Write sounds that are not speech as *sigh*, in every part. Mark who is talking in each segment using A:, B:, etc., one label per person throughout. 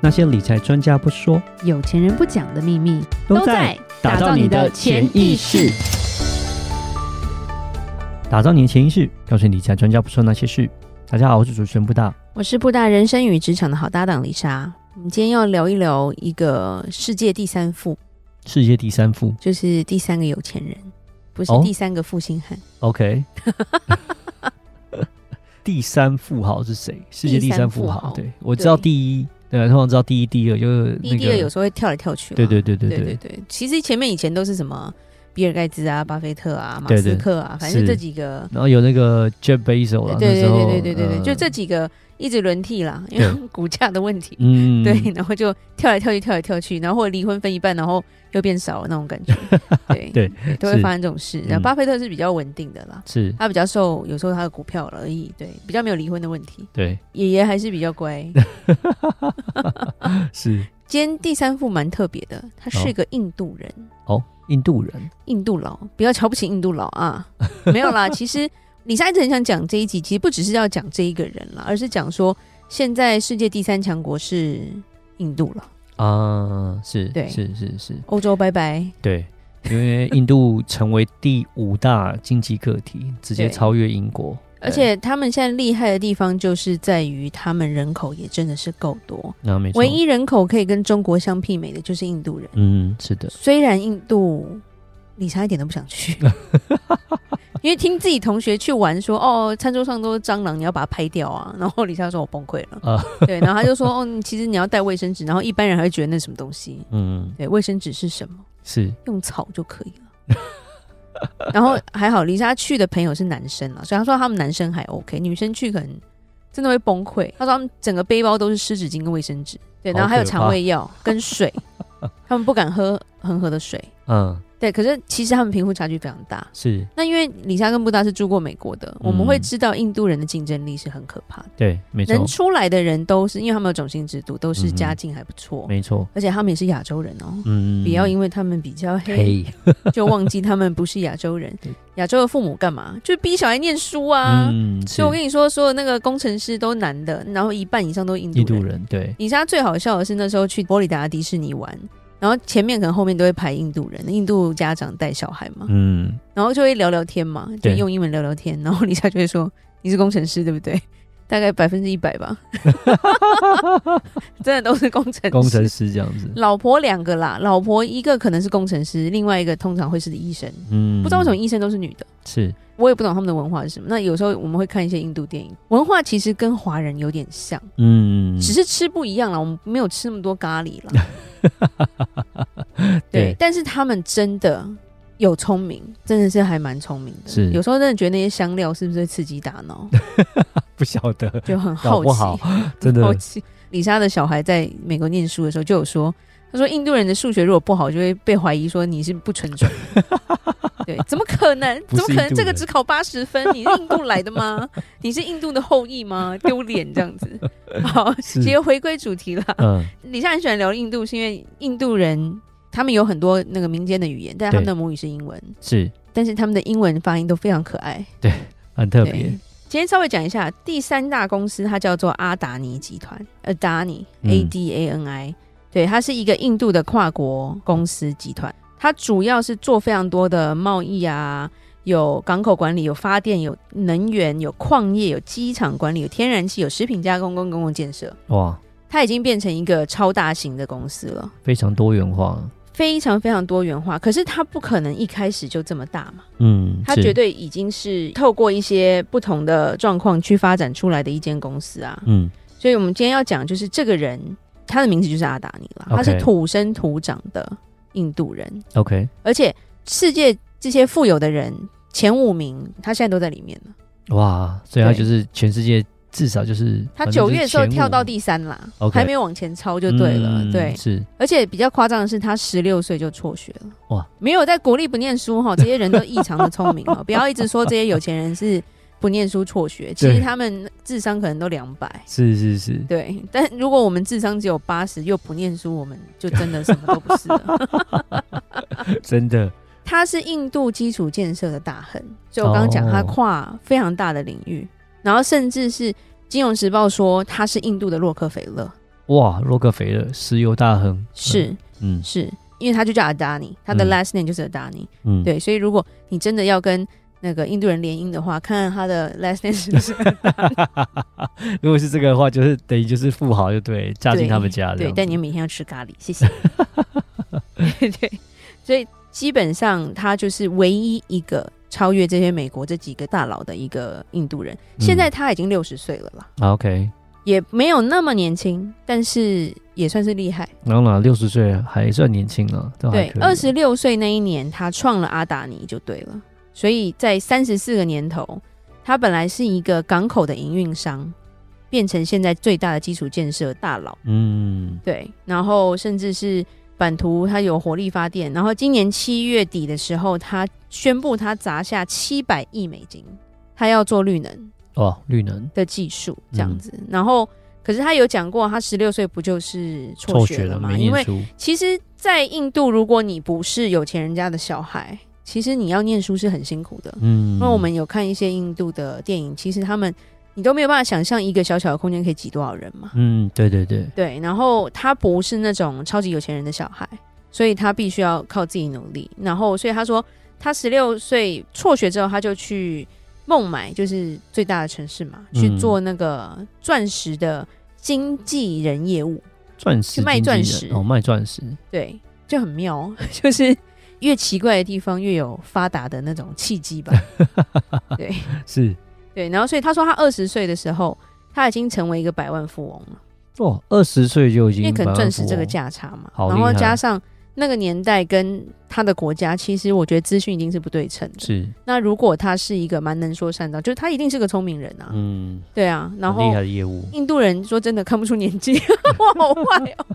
A: 那些理财专家不说，
B: 有钱人不讲的秘密
A: 打造你的潜意识。打造你的潜意识，告诉你理财专家不说那些事。大家好，我是主持人布大。
B: 我是布大人生与职场的好搭档李莎。我们今天要聊一聊一个世界第三富，
A: 世界第三富
B: 就是第三个有钱人，不是
A: 哦
B: 第三个负心汉。
A: ，OK。第三富豪是谁？世界第三富
B: 第三富
A: 豪，
B: 豪
A: 对我知道
B: 对
A: 第一，对，通常知道第一、第二，就是
B: 第
A: 那
B: 一、第二有
A: 个，
B: 时候会跳来跳去啦。
A: 对对对对
B: 对对
A: 对，
B: 对其实前面以前都是什么比尔盖茨啊、巴菲特啊、马
A: 对对
B: 斯克啊，反正
A: 是
B: 这几个。
A: 然后有那个 Jeff Bezos
B: 对
A: 啦，
B: 对
A: 那时候
B: 对对对对对，
A: 呃
B: 就这几个一直轮替啦，因为 *laughs* 股价的问题。
A: 嗯，
B: 对，然后就跳来跳去，跳来跳去，然后或者离婚分一半，然后又变少了那种感
A: *laughs*
B: 觉，对
A: 对
B: 都会发生这种事。
A: 嗯
B: 然后巴菲特是比较稳定的啦，
A: 是，
B: 他比较受有时候他的股票而已，对，比较没有离婚的问题。
A: 对
B: 爷爷还是比较乖。
A: 是
B: 今天第三副蛮特别的，他是个印度人，
A: 哦，印度人
B: 印度佬，不要瞧不起印度佬啊， *laughs* 没有啦，其实李莎一直很想讲这一集，其实不只是要讲这一个人啦，而是讲说现在世界第三强国是印度了，
A: 啊，是，
B: 对
A: 是是是，
B: 欧洲拜拜，
A: 对，因为印度成为第五大经济个
B: *laughs*
A: 体，直接
B: 对
A: 超越英国，
B: 而且他们现在厉害的地方就是在于他们人口也真的是够多，
A: 那没错，
B: 唯一人口可以跟中国相媲美的就是印度人。
A: 嗯，是的，
B: 虽然印度，理查一点都不想去，因为听自己同学去玩说哦，餐桌上都是蟑螂，你要把它拍掉啊。然后理查说我崩溃了，
A: 啊
B: 对，然后他就说哦，你其实你要带卫生纸，然后一般人还会觉得那是什么东西，
A: 嗯，
B: 对，卫生纸是什么？
A: 是
B: 用草就可以了。 *laughs* 然后还好，丽莎去的朋友是男生啊，所以她说他们男生还 OK，女生去可能真的会崩溃。她说他们整个背包都是湿纸巾跟卫生纸，对，
A: 好
B: 然后还有
A: 可怕
B: 肠胃药
A: *laughs*
B: 跟水，他们不敢喝 *laughs* 恒河的水。
A: 嗯
B: 对，可是其实他们贫富差距非常大。
A: 是，
B: 那因为李莎跟布达是住过美国的，我们
A: 嗯
B: 会知道印度人的竞争力是很可怕的。
A: 对，没错
B: 能，出来的人都是因为他们有种姓制度，都是
A: 嗯哼
B: 家境还不错，
A: 没错，
B: 而且他们也是亚洲人哦。
A: 嗯，
B: 不要因为他们比较黑，
A: 嘿，
B: 就忘记他们不是亚洲人
A: 对。
B: 亚洲的父母干嘛？就逼小孩念书啊。
A: 嗯，
B: 所以我
A: 是
B: 跟你说，所有那个工程师都男的，然后一半以上都是印度
A: 印
B: 人。
A: 度人，对，
B: 李莎最好笑的是那时候去佛罗里达迪士尼玩，然后前面可能后面都会排印度人，印度家长带小孩嘛，
A: 嗯，
B: 然后就会聊聊天嘛，就
A: 对
B: 用英文聊聊天，然后李莎就会说：“你是工程师对不对？”大概百分之一百
A: *laughs*
B: 吧，真的都是工程师。
A: 工程师这样子，
B: 老婆两个啦，老婆一个可能是工程师，另外一个通常会是医生。
A: 嗯，
B: 不知道为什么医生都是女的，
A: 是，
B: 我也不懂他们的文化是什么。那有时候我们会看一些印度电影，文化其实跟华人有点像，
A: 嗯，
B: 只是吃不一样啦。我们没有吃那么多咖喱啦。对
A: *laughs* 对，
B: 但是他们真的有聪明，真的是还蛮聪明的。
A: 是
B: 有时候真的觉得那些香料是不是会刺激大脑，
A: 不晓得，
B: 就很
A: 搞
B: 好
A: 不
B: 奇。 *laughs*
A: 好，真的
B: 好奇。李莎的小孩在美国念书的时候就有说，他说印度人的数学如果不好，就会被怀疑说你是不纯
A: *laughs*
B: 种。对，怎么可能？
A: 不
B: 怎
A: 是
B: 么可能
A: 印度
B: 这个
A: 人
B: 只考八十分？你是印度来的吗？你是印度的后裔吗？丢脸这样子。
A: *laughs*
B: 好，
A: 是
B: 直接回归主题啦。
A: *laughs* 嗯，
B: 李莎很喜欢聊印度，是因为印度人他们有很多那个民间的语言，但他们的母语是英文，
A: 是
B: 但是他们的英文发音都非常可爱。
A: 很特别
B: 对，，今天稍微讲一下，第三大公司它叫做阿达尼集团 a d a n i
A: 嗯
B: A D A N I），、对，它是一个印度的跨国公司集团，它主要是做非常多的贸易啊，有港口管理，有发电，有能源，有矿业，有机场管理，有天然气，有食品加工跟公共建设，
A: 哇，
B: 它已经变成一个超大型的公司了。
A: 非常多元化，
B: 非常非常多元化，可是它不可能一开始就这么大嘛，
A: 嗯，
B: 它
A: 是
B: 绝，对已经是透过一些不同的状况去发展出来的一间公司啊。
A: 嗯，
B: 所以我们今天要讲就是这个人，他的名字就是阿达尼了，
A: OK
B: 他是土生土长的印度人，
A: OK，
B: 而且世界这些富有的人前五名，他现在都在里面了。
A: 哇，所以他
B: 对
A: 就是全世界至少就是
B: 它九月的时候跳到
A: 第，
B: 第三啦
A: OK
B: 还没往前超就对了。
A: 嗯
B: 对，
A: 是
B: 而且比较夸张的是，他十六岁就辍学了。
A: 哇
B: 哇，没有在国立不念书哈，这些人都异常的聪明哦。不要一直说这些有钱人是不念书辍学，其实他们智商可能都两百。
A: 是是是，
B: 对，但如果我们智商只有八十又不念书，我们就真的什么都不是了。
A: 真的
B: 他是印度基础建设的大亨，所以我刚刚讲
A: 哦
B: 他跨非常大的领域，然后甚至是《金融时报》说他是印度的洛克菲勒，
A: 哇，洛克菲勒石油大亨
B: 是、，
A: 嗯
B: 是因为他就叫阿达尼，他的
A: 嗯
B: last name 就是 a d a n
A: 嗯，
B: 对，所以如果你真的要跟那个印度人联姻的话，看看他的 last name 是不
A: *laughs*
B: 是
A: 如果是这个的话，就是等于就是富豪就对，嫁进
B: 对
A: 他们家这
B: 对
A: 样，
B: 但你每天要吃咖喱，谢 *laughs* 谢。对，所以基本上他就是唯一一个超越这些美国这几个大佬的一个印度人。现
A: 嗯
B: 在他已经六十岁了啦，
A: 啊 OK，
B: 也没有那么年轻，但是也算是厉害。
A: 然后呢，六十岁还算年轻了，都还
B: 对
A: 可，以
B: 二十六岁那一年，他创了阿达尼就对了。所以在三十四个年头，他本来是一个港口的营运商，变成现在最大的基础建设大佬。
A: 嗯
B: 对，然后甚至是版图，它有火力发电。然后今年七月底的时候，他宣布他砸下七百亿美金，他要做绿能
A: 哇，绿能
B: 的技术这样子。然后，可是他有讲过，他十六岁不就是辍
A: 辍
B: 学
A: 学
B: 了
A: 了，
B: 吗？
A: 没
B: 因为
A: 念书，
B: 其实，在印度，如果你不是有钱人家的小孩，其实你要念书是很辛苦的。
A: 嗯，
B: 因为我们有看一些印度的电影，其实他们你都没有办法想象一个小小的空间可以挤多少人嘛。
A: 嗯，对对对，
B: 对，然后他不是那种超级有钱人的小孩，所以他必须要靠自己努力。然后，所以他说，他十六岁辍学之后，他就去孟买，就是最大的城市嘛，
A: 嗯
B: 去做那个钻石的经纪人业务。
A: 钻石
B: 去卖
A: 经纪
B: 钻
A: 人
B: 石
A: 哦，卖钻石，
B: 对，就很妙哦， *laughs* 就是越奇怪的地方越有发达的那种契
A: *laughs*
B: 机吧。对
A: 是
B: 对，然后所以他说他二十岁的时候，他已经成为一个百万富翁了，
A: 哇，哦二十岁就已经
B: 因为可能
A: 百万
B: 钻石这
A: 富
B: 个
A: 翁
B: 价差嘛，
A: 好
B: 然
A: 厉
B: 后
A: 害
B: 加上那个年代跟他的国家，其实我觉得资讯一定是不对称的。
A: 是
B: 那如果他是一个蛮能说善道，就是他一定是个聪明人啊，
A: 嗯，
B: 对啊，然
A: 很
B: 后
A: 厉害的业务，
B: 印度人说真的看不出年纪， *laughs* 哇，好坏哦！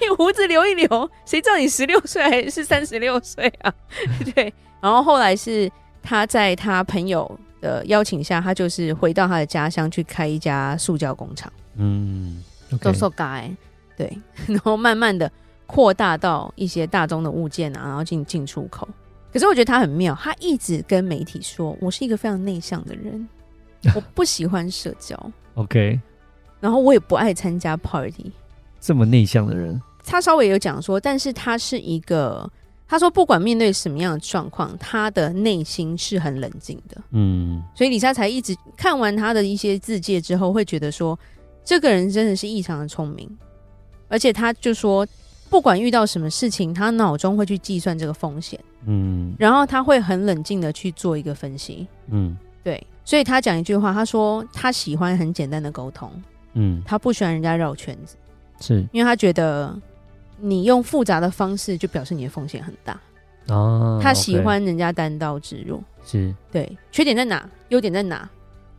B: 你胡子留一留，谁知道你十六岁还是三十六岁啊？ *laughs* 对，然后后来是他在他朋友的邀请下，他就是回到他的家乡去开一家塑胶工厂，
A: 嗯
B: 做
A: ，OK，
B: 塑胶欸，对， *laughs* 然后慢慢的扩大到一些大宗的物件啊，然后进进出口。可是我觉得他很妙，他一直跟媒体说，我是一个非常内向的人，我不喜欢社交， *laughs*
A: OK，
B: 然后我也不爱参加 party。
A: 这么内向的人，
B: 他稍微有讲说，但是他是一个，他说不管面对什么样的状况，他的内心是很冷静的。
A: 嗯，
B: 所以李莎才一直看完他的一些字界之后，会觉得说，这个人真的是异常的聪明，而且他就说，不管遇到什么事情，他脑中会去计算这个风险，
A: 嗯
B: 然后他会很冷静的去做一个分析。
A: 嗯
B: 对，所以他讲一句话，他说他喜欢很简单的沟通，
A: 嗯，
B: 他不喜欢人家绕圈子。
A: 是
B: 因为他觉得你用复杂的方式就表示你的风险很大，
A: 啊，
B: 他
A: OK，
B: 喜欢人家单刀直入。
A: 是
B: 对，缺点在哪？优点在哪？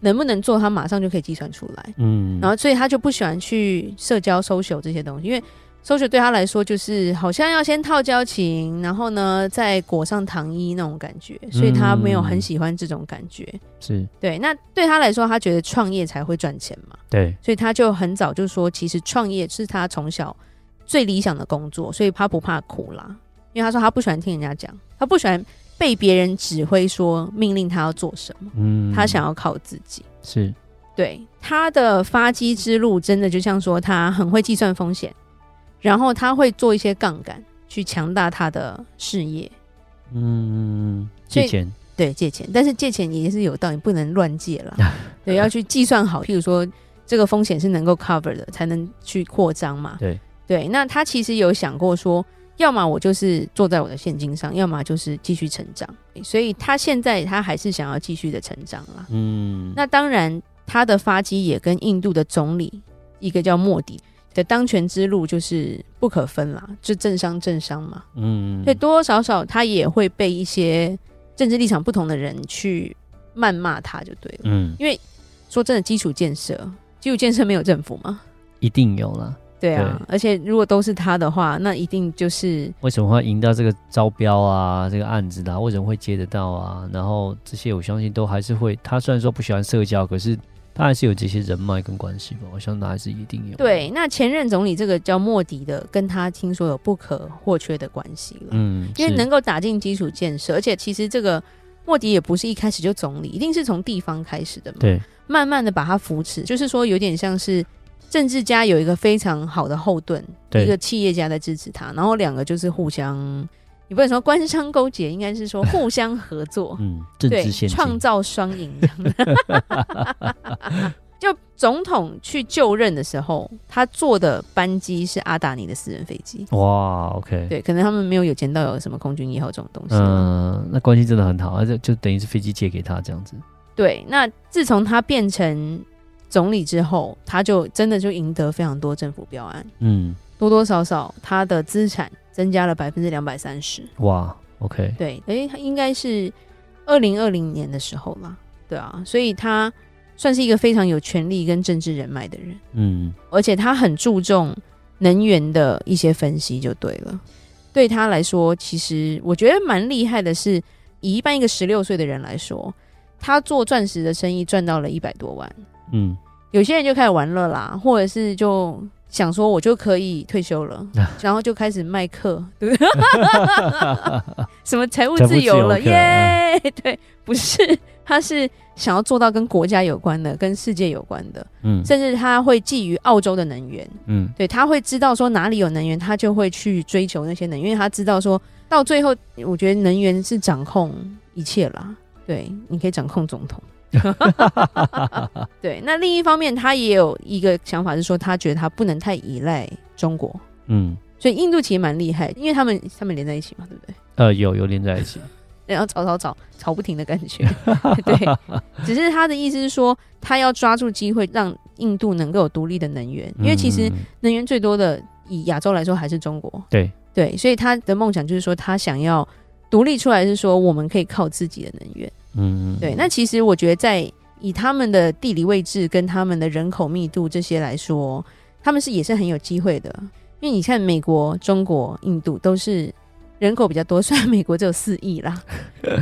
B: 能不能做？他马上就可以计算出来。
A: 嗯，
B: 然后，所以他就不喜欢去社交、social 这些东西，因为 social 对他来说就是好像要先套交情，然后呢再裹上糖衣那种感觉，所以他没有很喜欢这种感觉。
A: 是
B: 对，那对他来说，他觉得创业才会赚钱嘛。
A: 对，
B: 所以他就很早就说，其实创业是他从小最理想的工作，所以他不怕苦啦。因为他说他不喜欢听人家讲，他不喜欢被别人指挥说命令他要做什么，
A: 嗯，
B: 他想要靠自己。
A: 是
B: 对他的发迹之路，真的就像说他很会计算风险，然后他会做一些杠杆去强大他的事业。
A: 嗯，
B: 所
A: 借
B: 以
A: 钱
B: 对，借钱，但是借钱也是有道理，不能乱借啦。对，要去计算好，譬如说这个风险是能够 cover 的，才能去扩张嘛。
A: 对
B: 对，那他其实有想过说，要么我就是坐在我的现金上，要么就是继续成长。所以他现在他还是想要继续的成长啦。
A: 嗯，
B: 那当然，他的发迹也跟印度的总理一个叫莫迪的当权之路就是不可分啦，就政商政商嘛。
A: 嗯，
B: 所以多多少少他也会被一些政治立场不同的人去谩骂他，就对了。
A: 嗯
B: 因为说真的，基础建设基础建设没有政府吗？
A: 一定有啦。
B: 对啊，而且如果都是他的话，那一定就是
A: 为什么会赢到这个招标啊，这个案子啦、为什么会接得到啊？然后这些我相信都还是会，他虽然说不喜欢社交，可是他还是有这些人脉跟关系吧，我相信他还是一定有。
B: 对。，那前任总理这个叫莫迪的，跟他听说有不可或缺的关系了。
A: 嗯，
B: 因为
A: 是
B: 能够打进基础建设，而且其实这个莫迪也不是一开始就总理，一定是从地方开始的嘛，
A: 对
B: 慢慢的把他扶持，就是说有点像是政治家有一个非常好的后盾，一个
A: 对，
B: 企业家在支持他，然后两个就是互相，你不能说官商勾结，应该是说互相合作
A: 嗯，政
B: 对
A: 治，现
B: 创
A: 金，
B: 造双赢这样
A: *laughs*
B: 的。就总统去就任的时候，他坐的班机是阿达尼的私人飞机，
A: 哇，OK，
B: 对，可能他们没有有钱到有什么空军一号这种东西。
A: 嗯，那关系真的很好，而且就等于是飞机借给他这样子。
B: 对，那自从他变成总理之后，他就真的就赢得非常多政府标案，
A: 嗯，
B: 多多少少他的资产增加了百分之两百三十。
A: 哇，OK，
B: 对，诶，他应该是二零二零年的时候啦。对啊，所以他算是一个非常有权力跟政治人脉的人，
A: 嗯，
B: 而且他很注重能源的一些分析，就对了。对他来说，其实我觉得蛮厉害的是，以一般一个十六岁的人来说，他做钻石的生意赚到了一百多万。
A: 嗯，
B: 有些人就开始玩乐啦，或者是就想说我就可以退休了，
A: 啊
B: 然后就开始卖课，
A: *laughs*
B: 对不对？什么财务自由了
A: 财务自由课啊
B: 耶？对，不是，他是想要做到跟国家有关的、跟世界有关的，
A: 嗯，
B: 甚至他会觊觎澳洲的能源，
A: 嗯，
B: 对他会知道说哪里有能源，他就会去追求那些能源，因为他知道说到最后，我觉得能源是掌控一切啦。对，你可以掌控总统。对，那另一方面，他也有一个想法是说，他觉得他不能太依赖中国，
A: 嗯，
B: 所以印度其实蛮厉害，因为他们他们连在一起嘛，对不 *laughs* 对？
A: 呃，有有连在一起。
B: 然后吵吵吵吵不停的感觉，对。只是他的意思是说，他要抓住机会，让印度能够有独立的能源，因为其实
A: 嗯
B: 能源最多的以亚洲来说还是中国。
A: 对
B: 对，所以他的梦想就是说，他想要独立出来，是说我们可以靠自己的能源。
A: 嗯，嗯
B: 对，那其实我觉得在以他们的地理位置跟他们的人口密度这些来说，他们是也是很有机会的。因为你看，美国、中国、印度都是人口比较多，虽然美国只有四
A: *laughs*
B: 亿啦，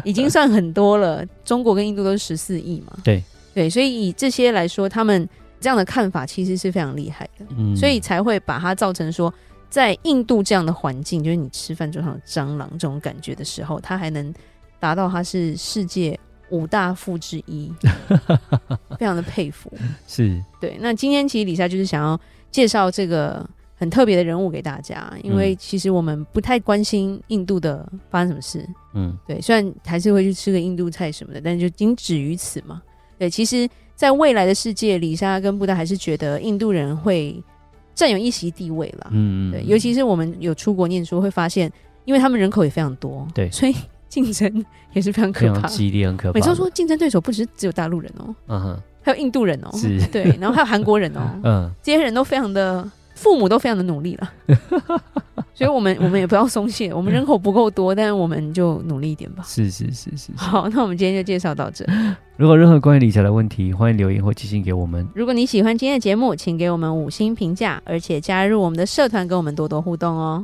B: 已经算很多了。中国跟印度都是十四亿嘛。
A: 对
B: 对，所以以这些来说，他们这样的看法其实是非常厉害的。
A: 嗯
B: 所以才会把它造成说，在印度这样的环境，就是你吃饭桌上有蟑螂这种感觉的时候，它还能达到它是世界五大富之
A: *laughs*
B: 一，非常的佩服。
A: 是
B: 对，那今天其实李莎就是想要介绍这个很特别的人物给大家，因为
A: 嗯
B: 其实我们不太关心印度的发生什么事，
A: 嗯
B: 对，虽然还是会去吃个印度菜什么的，但就仅止于此嘛。对，其实，在未来的世界，里莎跟布达还是觉得印度人会占有一席地位啦。
A: 嗯，
B: 啊对，
A: 嗯
B: 尤其是我们有出国念书，会发现，因为他们人口也非常多，
A: 对
B: 所以竞争也是非常
A: 非
B: 可
A: 常
B: 怕。
A: 激烈，很可怕。
B: 每次说，竞争对手不只是只有大陆人哦，
A: 嗯哼，
B: 还有印度人哦，
A: 是
B: 对，然后还有韩国人
A: *laughs*
B: 哦，
A: 嗯，
B: 这些人都非常的，父母都非常的努力
A: *laughs*
B: 了。所以，我们我们也不要松懈，我们人口不够多，但是我们就努力一点吧。
A: 是是是是。是
B: *laughs* 好，那我们今天就介绍到这。
A: 如果有任何关于理财的问题，欢迎留言或寄信给我们。
B: 如果你喜欢今天的节目，请给我们五星评价，而且加入我们的社团，跟我们多多互动哦。